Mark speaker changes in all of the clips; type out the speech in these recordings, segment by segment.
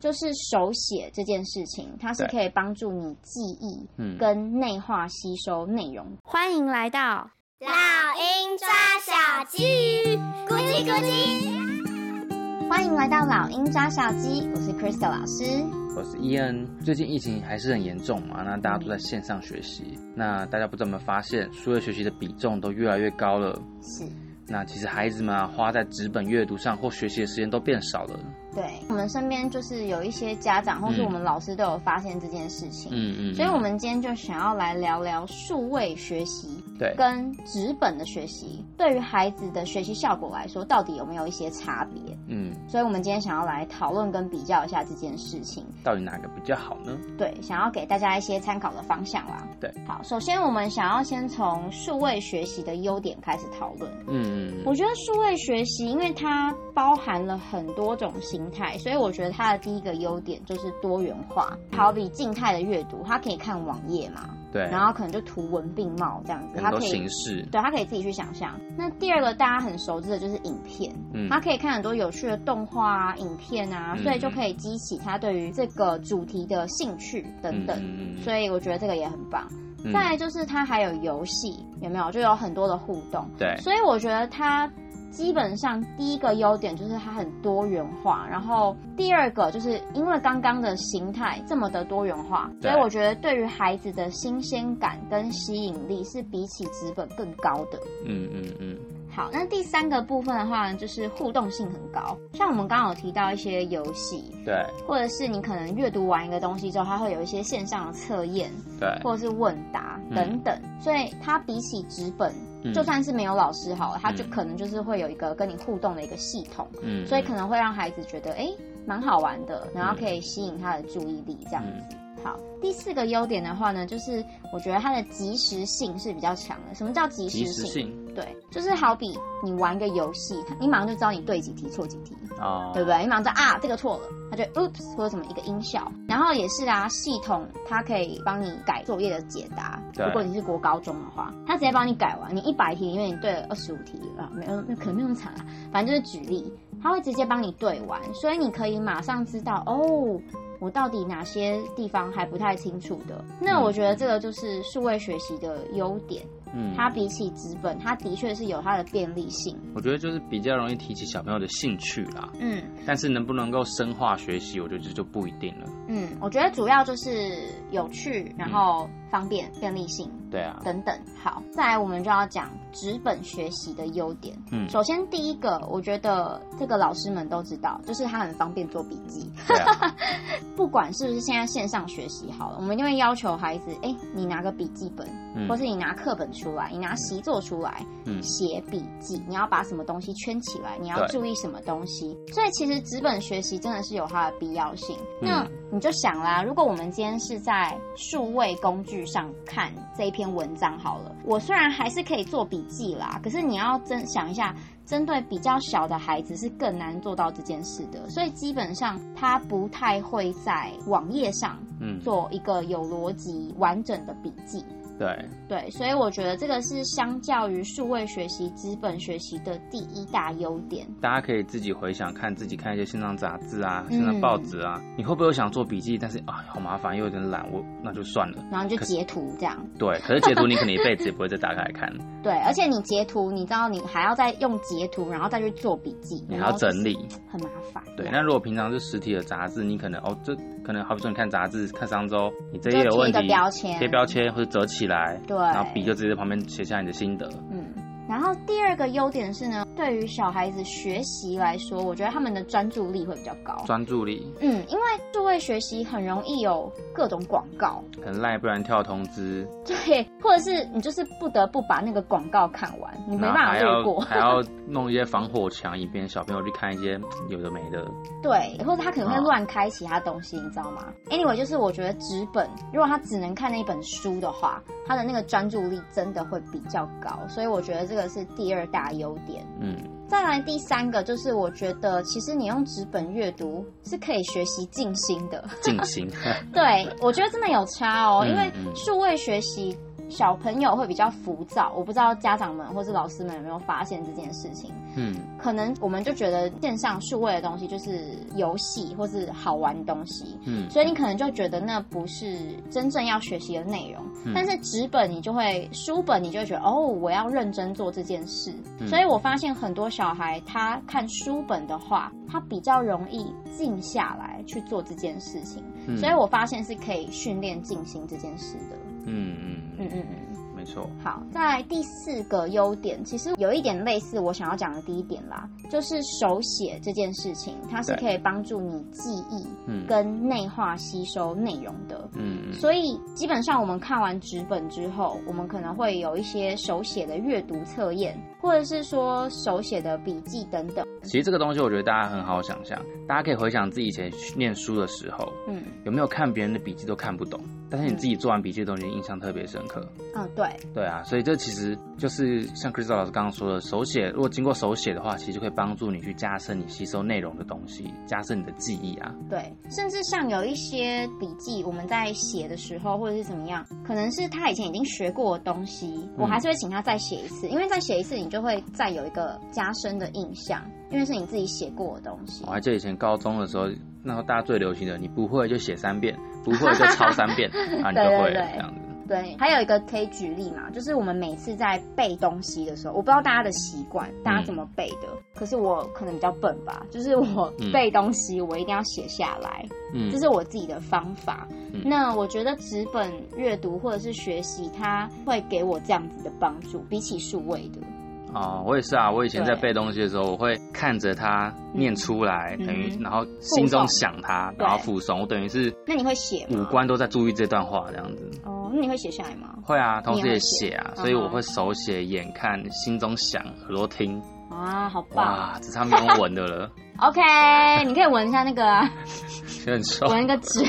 Speaker 1: 就是手写这件事情，它是
Speaker 2: 对
Speaker 1: 可以帮助你记忆
Speaker 2: 嗯
Speaker 1: 跟内化吸收内容。欢迎来到
Speaker 3: 老鹰抓小鸡，咕叽咕叽。
Speaker 1: 欢迎来到老鹰抓小鸡，我是 Crystal 老师。
Speaker 2: 我是伊恩。最近疫情还是很严重嘛，那大家都在线上学习。那大家不知道有没有发现，数学学习的比重都越来越高了。
Speaker 1: 是
Speaker 2: 那其实孩子们啊，花在纸本阅读上或学习的时间都变少了。
Speaker 1: 对，我们身边就是有一些家长或是
Speaker 2: 嗯
Speaker 1: 我们老师都有发现这件事情，
Speaker 2: 嗯嗯。
Speaker 1: 所以我们今天就想要来聊聊数位学习
Speaker 2: 对
Speaker 1: 跟纸本的学习对于孩子的学习效果来说，到底有没有一些差别？
Speaker 2: 嗯，
Speaker 1: 所以我们今天想要来讨论跟比较一下这件事情。
Speaker 2: 到底哪个比较好呢？
Speaker 1: 对，想要给大家一些参考的方向啦。
Speaker 2: 对，
Speaker 1: 好，首先我们想要先从数位学习的优点开始讨论。
Speaker 2: 嗯嗯
Speaker 1: 我觉得数位学习，因为它包含了很多种形态，所以我觉得它的第一个优点就是多元化。好比静态的阅读，它可以看网页嘛，
Speaker 2: 嗯，对。
Speaker 1: 然后可能就图文并茂这样子，
Speaker 2: 很
Speaker 1: 它
Speaker 2: 多
Speaker 1: 可以
Speaker 2: 形式。
Speaker 1: 对，它可以自己去想象。那第二个大家很熟知的就是影片，
Speaker 2: 嗯
Speaker 1: 它可以看很多有趣的动画啊、影片啊，
Speaker 2: 嗯
Speaker 1: 所以就可以激起他对于这个主题的兴趣等等。
Speaker 2: 嗯嗯嗯
Speaker 1: 所以我觉得这个也很棒。
Speaker 2: 嗯
Speaker 1: 再来就是它还有游戏，有没有？就有很多的互动。
Speaker 2: 对
Speaker 1: 所以我觉得它基本上第一个优点就是它很多元化，然后第二个就是因为刚刚的形态这么的多元化，所
Speaker 2: 对
Speaker 1: 以我觉得对于孩子的新鲜感跟吸引力是比起纸本更高的。
Speaker 2: 嗯嗯嗯，
Speaker 1: 好，那第三个部分的话呢，就是互动性很高，像我们刚刚有提到一些游戏，
Speaker 2: 对
Speaker 1: 或者是你可能阅读完一个东西之后，它会有一些线上的测验，
Speaker 2: 对
Speaker 1: 或者是问答等等，所以它比起纸本，
Speaker 2: 嗯
Speaker 1: 就算是没有老师好了，它就
Speaker 2: 嗯
Speaker 1: 可能就是会有一个跟你互动的一个系统，
Speaker 2: 嗯，
Speaker 1: 所以可能会让孩子觉得哎蛮好玩的，然后可以吸引他的注意力这样
Speaker 2: 嗯
Speaker 1: 子。好，第四个优点的话呢，就是我觉得它的及时性是比较强的。什么叫及时
Speaker 2: 及
Speaker 1: 性？
Speaker 2: 时性
Speaker 1: 对，就是好比你玩一个游戏，你马上就知道你对几题错几题，
Speaker 2: 哦，
Speaker 1: 对不对？你马上知道啊，这个错了，它就 oops 或者什么一个音效。然后也是啊，系统它可以帮你改作业的解答。
Speaker 2: 对
Speaker 1: 如果你是国高中的话，它直接帮你改完。你一百题里面你对了二十五题啊，没有，那可能没有那么惨啊。反正就是举例，它会直接帮你对完，所以你可以马上知道哦。我到底哪些地方还不太清楚的？那
Speaker 2: 嗯
Speaker 1: 我觉得这个就是数位学习的优点。
Speaker 2: 嗯，
Speaker 1: 它比起纸本，它的确是有它的便利性。
Speaker 2: 我觉得就是比较容易提起小朋友的兴趣啦，
Speaker 1: 嗯
Speaker 2: 但是能不能够深化学习，我觉得这就不一定了。
Speaker 1: 嗯，我觉得主要就是有趣，然后方便、便利性
Speaker 2: 对啊，
Speaker 1: 等等。好，再来我们就要讲纸本学习的优点。
Speaker 2: 嗯，
Speaker 1: 首先第一个，我觉得这个老师们都知道，就是它很方便做笔记。
Speaker 2: 对 啊，
Speaker 1: 不管是不是现在线上学习好了，我们就会要求孩子，哎，你拿个笔记本，
Speaker 2: 嗯
Speaker 1: 或是你拿课本出来，你拿习作出来，
Speaker 2: 嗯
Speaker 1: 写笔记，你要把什么东西圈起来，你要
Speaker 2: 对
Speaker 1: 注意什么东西。所以其实纸本学习真的是有它的必要性。
Speaker 2: 嗯
Speaker 1: 那你就想啦，如果我们今天是在数位工具上看这一篇文章好了，我虽然还是可以做笔记啦，可是你要真想一下，针对比较小的孩子是更难做到这件事的。所以基本上他不太会在网页上
Speaker 2: 嗯，
Speaker 1: 做一个有逻辑完整的笔记。
Speaker 2: 对，
Speaker 1: 对，所以我觉得这个是相较于数位学习、资本学习的第一大优点。
Speaker 2: 大家可以自己回想看，自己看一些线上杂志啊、
Speaker 1: 嗯
Speaker 2: 线上报纸啊，你会不会有想做笔记？但是啊，好麻烦，又有点懒，我那就算了。
Speaker 1: 然后你就截图这样，
Speaker 2: 对，可是截图你可能一辈子也不会再打开来 看，
Speaker 1: 对，而且你截图，你知道你还要再用截图，然后再去做笔记，
Speaker 2: 你
Speaker 1: 然
Speaker 2: 还要
Speaker 1: 后就是
Speaker 2: 整理。
Speaker 1: 很麻烦。
Speaker 2: 对，那如果平常是实体的杂志，你可能哦，这可能好比说你看杂志、看商周，你这页
Speaker 1: 就
Speaker 2: 有
Speaker 1: 贴一
Speaker 2: 问
Speaker 1: 个
Speaker 2: 题，
Speaker 1: 标签，
Speaker 2: 贴标签或者折起来，
Speaker 1: 对
Speaker 2: 然后笔就直接在旁边写下你的心得。
Speaker 1: 嗯，然后第二个优点是呢，对于小孩子学习来说，我觉得他们的专注力会比较高。
Speaker 2: 专注力
Speaker 1: 嗯，因为数位学习很容易有各种广告，
Speaker 2: 很赖，不然跳通知，
Speaker 1: 对，或者是你就是不得不把那个广告看完，你没
Speaker 2: 然
Speaker 1: 办
Speaker 2: 后
Speaker 1: 法
Speaker 2: 还
Speaker 1: 略
Speaker 2: 要
Speaker 1: 过。
Speaker 2: 还要弄一些防火墙，以便小朋友去看一些有的没的。
Speaker 1: 对，或者他可能会
Speaker 2: 啊
Speaker 1: 乱开其他东西，你知道吗？Anyway，就是我觉得纸本，如果他只能看那一本书的话，他的那个专注力真的会比较高，所以我觉得这个是第二大优点。
Speaker 2: 嗯，
Speaker 1: 再来第三个就是，我觉得其实你用纸本阅读是可以学习静心的。
Speaker 2: 静心。
Speaker 1: 对，我觉得真的有差哦，
Speaker 2: 嗯
Speaker 1: 因为
Speaker 2: 嗯
Speaker 1: 数位学习小朋友会比较浮躁。我不知道家长们或是老师们有没有发现这件事情。
Speaker 2: 嗯，
Speaker 1: 可能我们就觉得线上数位的东西就是游戏或是好玩的东西，
Speaker 2: 嗯
Speaker 1: 所以你可能就觉得那不是真正要学习的内容。
Speaker 2: 嗯
Speaker 1: 但是纸本你就会，书本你就会觉得哦，我要认真做这件事。
Speaker 2: 嗯
Speaker 1: 所以我发现很多小孩他看书本的话，他比较容易静下来去做这件事情。
Speaker 2: 嗯
Speaker 1: 所以我发现是可以训练静心这件事的。
Speaker 2: 嗯嗯
Speaker 1: 嗯
Speaker 2: 嗯，
Speaker 1: 嗯嗯。
Speaker 2: 没错，
Speaker 1: 好，再来第四个优点，其实有一点类似我想要讲的第一点啦，就是手写这件事情，它是
Speaker 2: 对
Speaker 1: 可以帮助你记忆
Speaker 2: 嗯
Speaker 1: 跟内化吸收内容的。
Speaker 2: 嗯嗯
Speaker 1: 所以基本上我们看完纸本之后，我们可能会有一些手写的阅读测验，或者是说手写的笔记等等。
Speaker 2: 其实这个东西我觉得大家很好想象，大家可以回想自己以前念书的时候，
Speaker 1: 嗯，
Speaker 2: 有没有看别人的笔记都看不懂，但是你
Speaker 1: 嗯
Speaker 2: 自己做完笔记都已经印象特别深刻。
Speaker 1: 啊、对，
Speaker 2: 对啊，所以这其实就是像 Crystal 老师刚刚说的，手写如果经过手写的话，其实就可以帮助你去加深你吸收内容的东西，加深你的记忆啊。
Speaker 1: 对，甚至像有一些笔记，我们在写的时候或者是怎么样，可能是他以前已经学过的东西，我还是会请他再写一次，因为再写一次，你就会再有一个加深的印象，因为是你自己写过的东西
Speaker 2: 我。还记得以前高中的时候，那时候大家最流行的，你不会就写三遍，不会就抄三 遍，啊，你就会
Speaker 1: 对对
Speaker 2: 了
Speaker 1: 对
Speaker 2: 这样子。
Speaker 1: 对，还有一个可以举例嘛，就是我们每次在背东西的时候，我不知道大家的习惯，大家怎么背的，可是我可能比较笨吧，就是我
Speaker 2: 嗯
Speaker 1: 背东西，我一定要写下来，
Speaker 2: 嗯
Speaker 1: 这是我自己的方法。
Speaker 2: 嗯
Speaker 1: 那我觉得纸本阅读或者是学习，它会给我这样子的帮助，比起数位的。
Speaker 2: 哦，我也是啊。我以前在
Speaker 1: 对
Speaker 2: 背东西的时候，我会看着它念出来，
Speaker 1: 嗯
Speaker 2: 等于
Speaker 1: 嗯
Speaker 2: 然后心
Speaker 1: 附
Speaker 2: 中
Speaker 1: 送
Speaker 2: 想它，然后
Speaker 1: 对
Speaker 2: 附送，我等于是
Speaker 1: 那你会写吗
Speaker 2: 五官都在注意这段话这样子。
Speaker 1: 哦，那你会写下来吗？
Speaker 2: 会啊，同时
Speaker 1: 也
Speaker 2: 也
Speaker 1: 会
Speaker 2: 写
Speaker 1: 写
Speaker 2: 啊，
Speaker 1: 嗯
Speaker 2: 所以我
Speaker 1: 哼
Speaker 2: 会手写、眼看、心中想、耳朵听。
Speaker 1: 啊，好棒
Speaker 2: 哇，只差没有闻的了，
Speaker 1: ！OK，你可以闻一下那个啊、
Speaker 2: 有点臭。
Speaker 1: 闻一个 纸。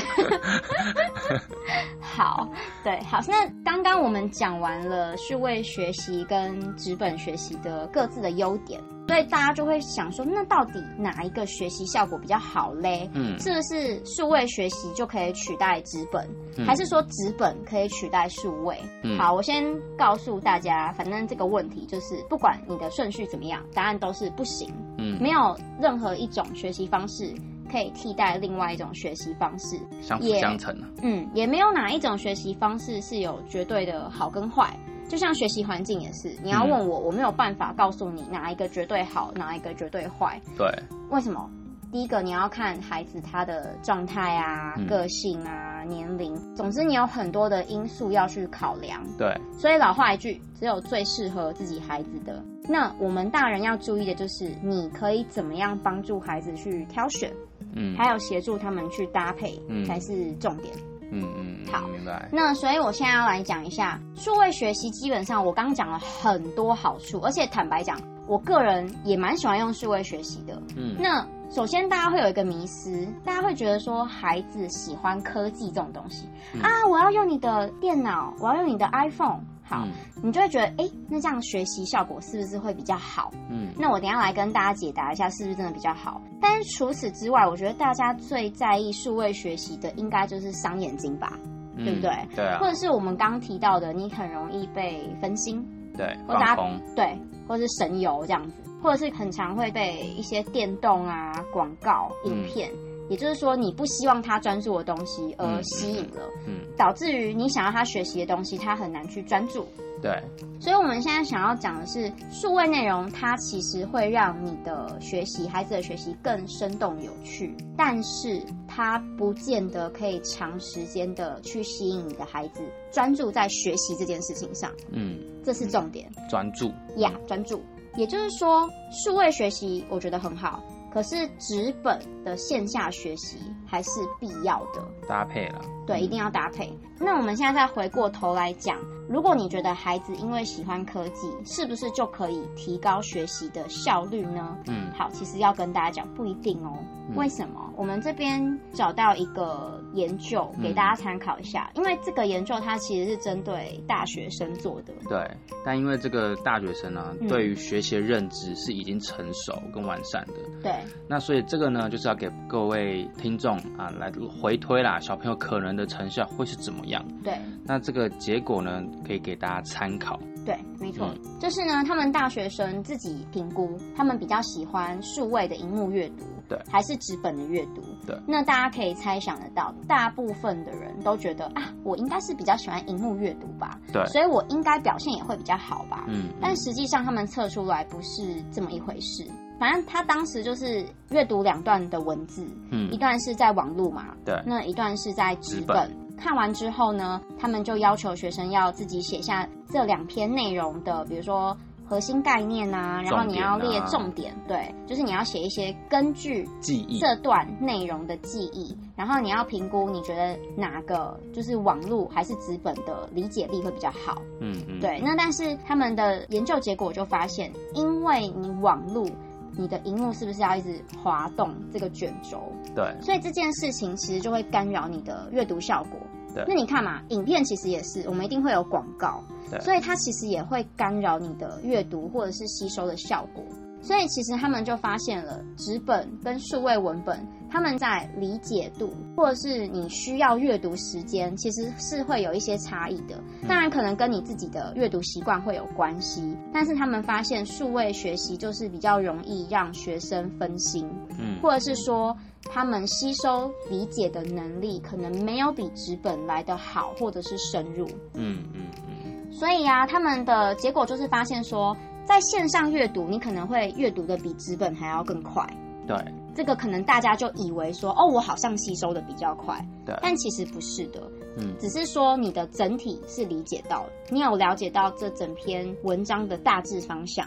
Speaker 1: 好，对，好。那刚刚我们讲完了数位学习跟纸本学习的各自的优点，所以大家就会想说，那到底哪一个学习效果比较好嘞？
Speaker 2: 嗯，
Speaker 1: 是不是数位学习就可以取代纸本，
Speaker 2: 嗯
Speaker 1: 还是说纸本可以取代数位？
Speaker 2: 嗯
Speaker 1: 好，我先告诉大家，反正这个问题就是，不管你的顺序怎么样，答案都是不行，
Speaker 2: 嗯，
Speaker 1: 没有任何一种学习方式可以替代另外一种学习方式。
Speaker 2: 相辅
Speaker 1: 也
Speaker 2: 相成啊。
Speaker 1: 嗯，也没有哪一种学习方式是有绝对的好跟坏。就像学习环境也是，你
Speaker 2: 嗯
Speaker 1: 要问我，我没有办法告诉你哪一个绝对好，哪一个绝对坏。
Speaker 2: 对，
Speaker 1: 为什么？第一个，你要看孩子他的状态啊、
Speaker 2: 嗯
Speaker 1: 个性啊、年龄，总之你有很多的因素要去考量。
Speaker 2: 对，
Speaker 1: 所以老话一句，只有最适合自己孩子的。那我们大人要注意的就是，你可以怎么样帮助孩子去挑选，
Speaker 2: 嗯，
Speaker 1: 还有协助他们去搭配，
Speaker 2: 嗯
Speaker 1: 才是重点。
Speaker 2: 嗯嗯，
Speaker 1: 好
Speaker 2: 嗯明白。
Speaker 1: 那所以我现在要来讲一下数位学习，基本上我刚刚讲了很多好处，而且坦白讲，我个人也蛮喜欢用数位学习的。
Speaker 2: 嗯，
Speaker 1: 那首先，大家会有一个迷思，大家会觉得说孩子喜欢科技这种东西、
Speaker 2: 嗯
Speaker 1: 啊，我要用你的电脑，我要用你的 iPhone，好，
Speaker 2: 嗯
Speaker 1: 你就会觉得，哎、那这样学习效果是不是会比较好？
Speaker 2: 嗯
Speaker 1: 那我等一下来跟大家解答一下，是不是真的比较好？但是除此之外，我觉得大家最在意数位学习的，应该就是伤眼睛吧，
Speaker 2: 嗯
Speaker 1: 对不对？
Speaker 2: 对啊
Speaker 1: 或，者是我们刚提到的，你很容易被分心，
Speaker 2: 对，
Speaker 1: 或大家
Speaker 2: 放空，
Speaker 1: 对，或是神游这样子，或者是很常会被一些电动啊、广告、影片，
Speaker 2: 嗯
Speaker 1: 也就是说你不希望他专注的东西而吸引了，
Speaker 2: 嗯，
Speaker 1: 导致于你想要他学习的东西，他很难去专注。
Speaker 2: 对，
Speaker 1: 所以我们现在想要讲的是，数位内容它其实会让你的学习、孩子的学习更生动有趣，但是它不见得可以长时间的去吸引你的孩子专注在学习这件事情上，
Speaker 2: 嗯，
Speaker 1: 这是重点。
Speaker 2: 专注，
Speaker 1: 呀，专注。也就是说，数位学习我觉得很好，可是纸本的线下学习还是必要的，
Speaker 2: 搭配了，
Speaker 1: 对，一定要搭配。那我们现在再回过头来讲，如果你觉得孩子因为喜欢科技，是不是就可以提高学习的效率呢？
Speaker 2: 嗯
Speaker 1: 好，其实要跟大家讲，不一定哦。
Speaker 2: 嗯
Speaker 1: 为什么？我们这边找到一个研究给大家参考一下，因为这个研究它其实是针对大学生做的。
Speaker 2: 对，但因为这个大学生呢、
Speaker 1: 嗯
Speaker 2: 对于学习的认知是已经成熟跟完善的，
Speaker 1: 对，
Speaker 2: 那所以这个呢，就是要给各位听众啊来回推啦，小朋友可能的成效会是怎么样？
Speaker 1: 对，
Speaker 2: 那这个结果呢，可以给大家参考。
Speaker 1: 对，没错，
Speaker 2: 嗯
Speaker 1: 就是呢，他们大学生自己评估，他们比较喜欢数位的荧幕阅读，
Speaker 2: 对
Speaker 1: 还是纸本的阅读，
Speaker 2: 对
Speaker 1: 那大家可以猜想得到，大部分的人都觉得啊，我应该是比较喜欢荧幕阅读吧，
Speaker 2: 对
Speaker 1: 所以我应该表现也会比较好吧。
Speaker 2: 嗯，
Speaker 1: 但实际上，他们测出来不是这么一回事。反正他当时就是阅读两段的文字，
Speaker 2: 嗯
Speaker 1: 一段是在网络嘛，
Speaker 2: 对
Speaker 1: 那一段是在纸
Speaker 2: 纸
Speaker 1: 本
Speaker 2: 本。
Speaker 1: 看完之后呢，他们就要求学生要自己写下这两篇内容的，比如说核心概念啊，然后你要
Speaker 2: 重
Speaker 1: 列
Speaker 2: 点啊
Speaker 1: 重点，对，就是你要写一些根据
Speaker 2: 记忆
Speaker 1: 这段内容的记忆，然后你要评估你觉得哪个就是网络还是纸本的理解力会比较好。
Speaker 2: 嗯嗯，
Speaker 1: 对，那但是他们的研究结果就发现，因为你网路，你的荧幕是不是要一直滑动这个卷轴，
Speaker 2: 对
Speaker 1: 所以这件事情其实就会干扰你的阅读效果。
Speaker 2: 对
Speaker 1: 那你看嘛，影片其实也是，我们一定会有广告，
Speaker 2: 对
Speaker 1: 所以它其实也会干扰你的阅读或者是吸收的效果。所以其实他们就发现了纸本跟数位文本，他们在理解度或者是你需要阅读时间，其实是会有一些差异的。
Speaker 2: 嗯
Speaker 1: 当然，可能跟你自己的阅读习惯会有关系，但是他们发现数位学习就是比较容易让学生分心，
Speaker 2: 嗯
Speaker 1: 或者是说他们吸收理解的能力可能没有比纸本来的好，或者是深入。
Speaker 2: 嗯嗯嗯，
Speaker 1: 所以啊，他们的结果就是发现说，在线上阅读，你可能会阅读的比纸本还要更快。
Speaker 2: 对
Speaker 1: 这个可能大家就以为说，哦，我好像吸收的比较快，
Speaker 2: 对，
Speaker 1: 但其实不是的，
Speaker 2: 嗯
Speaker 1: 只是说你的整体是理解到，你有了解到这整篇文章的大致方向，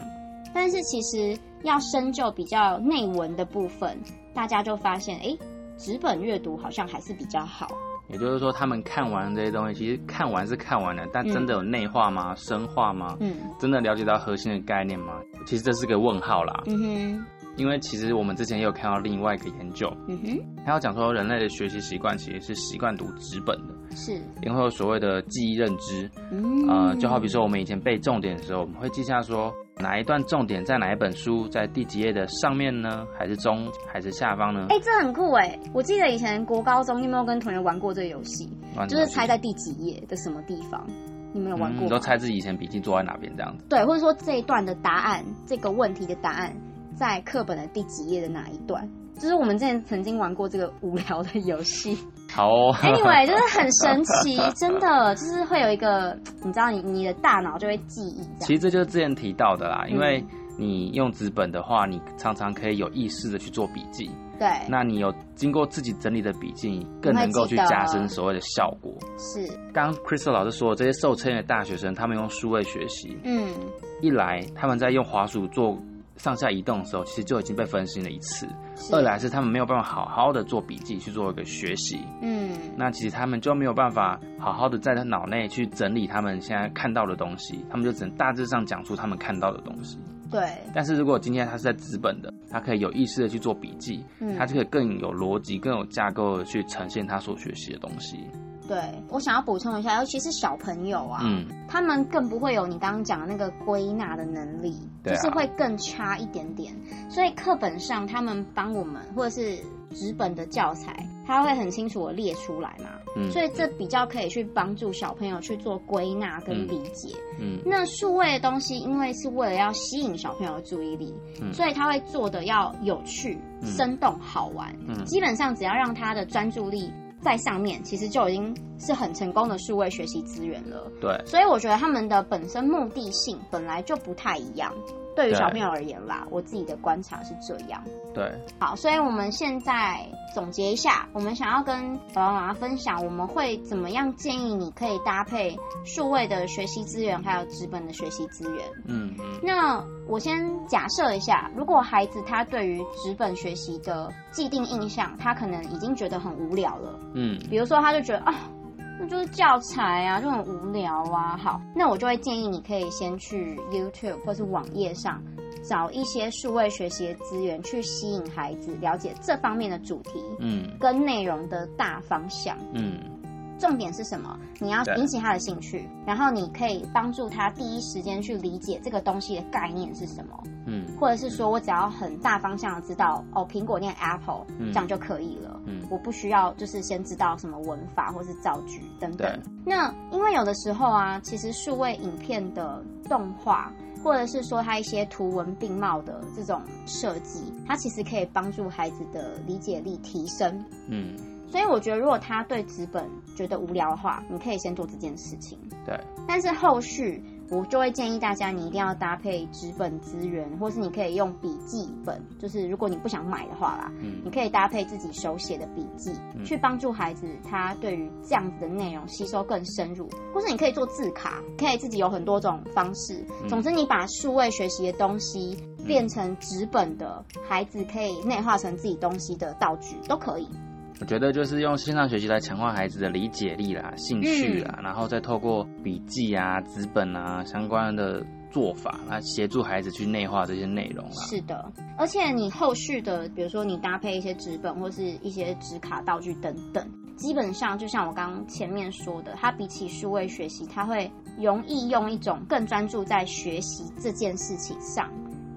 Speaker 1: 但是其实要深究比较内文的部分，大家就发现，诶，纸本阅读好像还是比较好。
Speaker 2: 也就是说，他们看完这些东西，其实看完是看完了，但
Speaker 1: 嗯
Speaker 2: 真的有内化吗？深化吗？
Speaker 1: 嗯
Speaker 2: 真的了解到核心的概念吗？其实这是个问号啦，
Speaker 1: 嗯哼
Speaker 2: 因为其实我们之前也有看到另外一个研究，
Speaker 1: 嗯哼，
Speaker 2: 它有讲说人类的学习习惯其实是习惯读纸本的，
Speaker 1: 是，
Speaker 2: 因为有所谓的记忆认知，
Speaker 1: 嗯
Speaker 2: 呃，就好比说我们以前背重点的时候，我们会记下说哪一段重点在哪一本书，在第几页的上面呢，还是中，还是下方呢？
Speaker 1: 哎、这很酷哎！我记得以前国高中，你有没有跟同学玩过这个游戏？
Speaker 2: 完
Speaker 1: 就
Speaker 2: 全
Speaker 1: 是
Speaker 2: 不
Speaker 1: 猜在第几页的什么地方？你们有玩
Speaker 2: 嗯
Speaker 1: 过
Speaker 2: 你
Speaker 1: 吗？
Speaker 2: 都猜自己以前笔记做在哪边这样子。
Speaker 1: 对，或者说这一段的答案，这个问题的答案在课本的第几页的哪一段？就是我们之前曾经玩过这个无聊的游 戏
Speaker 2: 好哦
Speaker 1: ，anyway，就是很神奇，真的就是会有一个，你知道你你的大脑就会记忆这
Speaker 2: 其
Speaker 1: 样，
Speaker 2: 实这就是之前提到的啦，因为
Speaker 1: 嗯
Speaker 2: 你用纸本的话，你常常可以有意识的去做笔记，
Speaker 1: 对，
Speaker 2: 那你有经过自己整理的笔记，你更
Speaker 1: 你会
Speaker 2: 能够
Speaker 1: 记
Speaker 2: 去
Speaker 1: 得
Speaker 2: 加深所谓的效果。
Speaker 1: 是，
Speaker 2: 刚 Crystal 老师说，这些受测验的大学生，他们用数位学习，
Speaker 1: 嗯，
Speaker 2: 一来他们在用滑鼠做上下移动的时候，其实就已经被分心了一次；
Speaker 1: 是
Speaker 2: 二，来是他们没有办法好好的做笔记去做一个学习，
Speaker 1: 嗯，
Speaker 2: 那其实他们就没有办法好好的在他脑内去整理他们现在看到的东西，他们就只能大致上讲述他们看到的东西。
Speaker 1: 对，
Speaker 2: 但是如果今天他是在纸本的，他可以有意识的去做笔记，
Speaker 1: 嗯，
Speaker 2: 他就可以更有逻辑、更有架构的去呈现他所学习的东西。
Speaker 1: 对我想要补充一下，尤其是小朋友啊，
Speaker 2: 嗯，
Speaker 1: 他们更不会有你刚刚讲的那个归纳的能力，
Speaker 2: 对啊
Speaker 1: 就是会更差一点点。所以课本上他们帮我们，或者是纸本的教材，他会很清楚的列出来嘛，
Speaker 2: 嗯
Speaker 1: 所以这比较可以去帮助小朋友去做归纳跟
Speaker 2: 嗯
Speaker 1: 理解。
Speaker 2: 嗯
Speaker 1: 那数位的东西，因为是为了要吸引小朋友的注意力，
Speaker 2: 嗯
Speaker 1: 所以他会做的要有趣、
Speaker 2: 嗯
Speaker 1: 生动、好玩。
Speaker 2: 嗯
Speaker 1: 基本上只要让他的专注力在上面，其实就已经是很成功的数位学习资源了。
Speaker 2: 对
Speaker 1: 所以我觉得他们的本身目的性本来就不太一样，对于
Speaker 2: 对
Speaker 1: 小朋友而言啦，我自己的观察是这样。
Speaker 2: 对，
Speaker 1: 好，所以我们现在总结一下，我们想要跟爸爸妈妈分享，我们会怎么样建议你可以搭配数位的学习资源，还有纸本的学习资源。
Speaker 2: 嗯嗯
Speaker 1: 那我先假设一下，如果孩子他对于纸本学习的既定印象，他可能已经觉得很无聊了，
Speaker 2: 嗯
Speaker 1: 比如说，他就觉得啊，那就是教材啊，就很无聊啊。好，那我就会建议你可以先去 YouTube 或是网页上找一些数位学习的资源，去吸引孩子了解这方面的主题
Speaker 2: 嗯
Speaker 1: 跟内容的大方向。
Speaker 2: 嗯，
Speaker 1: 重点是什么？你要
Speaker 2: 对
Speaker 1: 引起他的兴趣，然后你可以帮助他第一时间去理解这个东西的概念是什么，
Speaker 2: 嗯
Speaker 1: 或者是说我只要很大方向的知道哦，苹果念 Apple、
Speaker 2: 嗯
Speaker 1: 这样就可以了。
Speaker 2: 嗯
Speaker 1: 我不需要就是先知道什么文法或是造句等等
Speaker 2: 对。
Speaker 1: 那因为有的时候啊，其实数位影片的动画。或者是说它一些图文并茂的这种设计，它其实可以帮助孩子的理解力提升。
Speaker 2: 嗯，
Speaker 1: 所以我觉得，如果他对纸本觉得无聊的话，你可以先做这件事情。
Speaker 2: 对，
Speaker 1: 但是后续我就会建议大家，你一定要搭配纸本资源，或是你可以用笔记本，就是如果你不想买的话啦，你
Speaker 2: 嗯
Speaker 1: 可以搭配自己手写的笔记，
Speaker 2: 嗯
Speaker 1: 去帮助孩子他对于这样子的内容吸收更深入，或是你可以做字卡，可以自己有很多种方式。
Speaker 2: 嗯
Speaker 1: 总之，你把数位学习的东西变成纸本的，孩子可以内化成自己东西的道具都可以。
Speaker 2: 我觉得就是用线上学习来强化孩子的理解力啦、兴趣
Speaker 1: 嗯
Speaker 2: 啦，然后再透过笔记啊、纸本啊相关的做法，来协助孩子去内化这些内容啦。
Speaker 1: 是的，而且你后续的，比如说你搭配一些纸本或是一些纸卡道具等等，基本上就像我刚刚前面说的，它比起数位学习，它会容易用一种更专注在学习这件事情上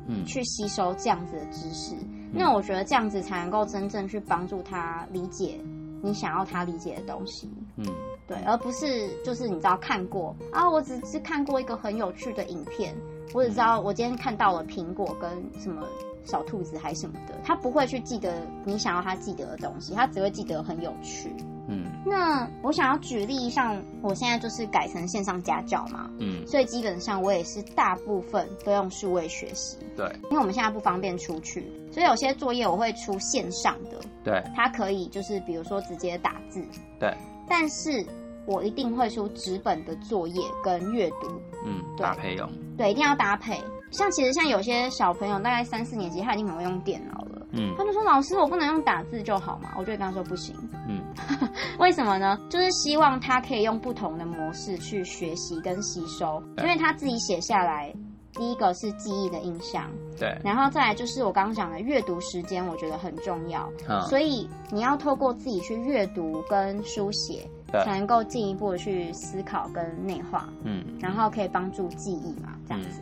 Speaker 2: 嗯
Speaker 1: 去吸收这样子的知识。那我觉得这样子才能够真正去帮助他理解你想要他理解的东西。
Speaker 2: 嗯
Speaker 1: 对，而不是就是你知道看过啊，我只是看过一个很有趣的影片，我只知道我今天看到了苹果跟什么小兔子还什么的，他不会去记得你想要他记得的东西，他只会记得很有趣。
Speaker 2: 嗯
Speaker 1: 那我想要举例，像我现在就是改成线上家教嘛，
Speaker 2: 嗯，
Speaker 1: 所以基本上我也是大部分都用数位学习，
Speaker 2: 对
Speaker 1: 因为我们现在不方便出去，所以有些作业我会出线上的，
Speaker 2: 对
Speaker 1: 它可以就是比如说直接打字，
Speaker 2: 对，
Speaker 1: 但是我一定会出纸本的作业跟阅读，
Speaker 2: 嗯，
Speaker 1: 对
Speaker 2: 搭配用，
Speaker 1: 对，一定要搭配。像其实像有些小朋友大概三四年级，他已经很会用电脑了。
Speaker 2: 嗯
Speaker 1: 他就说：“老师，我不能用打字就好嘛？”我就会跟他说：“不行，
Speaker 2: 嗯
Speaker 1: 为什么呢？就是希望他可以用不同的模式去学习跟吸收，因
Speaker 2: 对
Speaker 1: 为他自己写下来，第一个是记忆的印象，
Speaker 2: 对，
Speaker 1: 然后再来就是我刚刚讲的阅读时间，我觉得很重要。
Speaker 2: 嗯
Speaker 1: 所以你要透过自己去阅读跟书写，
Speaker 2: 对
Speaker 1: 才能够进一步的去思考跟内化，
Speaker 2: 嗯
Speaker 1: 然后可以帮助记忆嘛，这样子。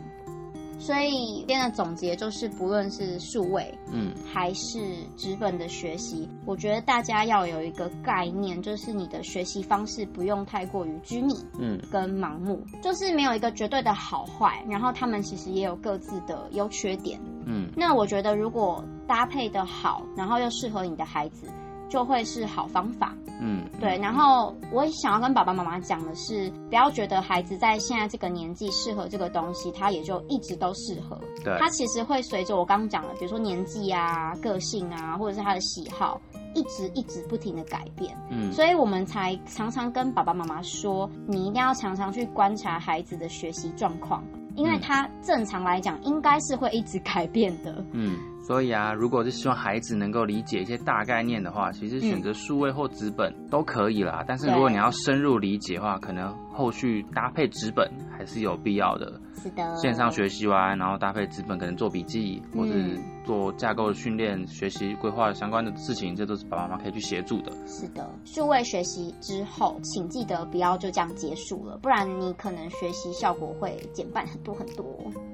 Speaker 1: 所以今天的总结就是，不论是数位
Speaker 2: 嗯
Speaker 1: 还是纸本的学习，我觉得大家要有一个概念，就是你的学习方式不用太过于拘泥
Speaker 2: 嗯
Speaker 1: 跟盲目，就是没有一个绝对的好坏，然后他们其实也有各自的优缺点。
Speaker 2: 嗯
Speaker 1: 那我觉得如果搭配的好，然后又适合你的孩子，就会是好方法。
Speaker 2: 嗯，
Speaker 1: 对，然后我也想要跟爸爸妈妈讲的是，不要觉得孩子在现在这个年纪适合这个东西，他也就一直都适合。
Speaker 2: 对
Speaker 1: 他其实会随着我刚刚讲的，比如说年纪啊、个性啊，或者是他的喜好，一直一直不停的改变。
Speaker 2: 嗯
Speaker 1: 所以我们才常常跟爸爸妈妈说，你一定要常常去观察孩子的学习状况，因为
Speaker 2: 嗯
Speaker 1: 他正常来讲应该是会一直改变的。
Speaker 2: 嗯，所以啊，如果是希望孩子能够理解一些大概念的话，其实选择数位或纸本都可以啦。但是如果
Speaker 1: 嗯对
Speaker 2: 你要深入理解的话，可能后续搭配纸本还是有必要的。
Speaker 1: 是的，
Speaker 2: 线上学习完，然后搭配纸本，可能做笔记或是
Speaker 1: 嗯
Speaker 2: 做架构的训练、学习规划相关的事情，这都是爸爸妈妈可以去协助的。
Speaker 1: 是的，数位学习之后，请记得不要就这样结束了，不然你可能学习效果会减半很多很多。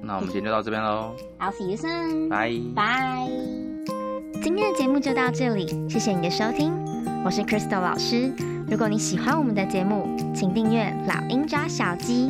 Speaker 2: 那我
Speaker 1: 嗯
Speaker 2: 们今天就到这边喽，
Speaker 1: I'll see you soon，
Speaker 2: 拜。
Speaker 1: 拜。
Speaker 4: 今天的节目就到这里，谢谢你的收听，我是 Crystal 老师。如果你喜欢我们的节目，请订阅《老鹰抓小鸡》，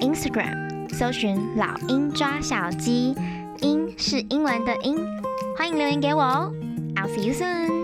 Speaker 4: Instagram 搜寻“老鹰抓小鸡”，鹰是英文的鹰，欢迎留言给我哦。I'll see you soon.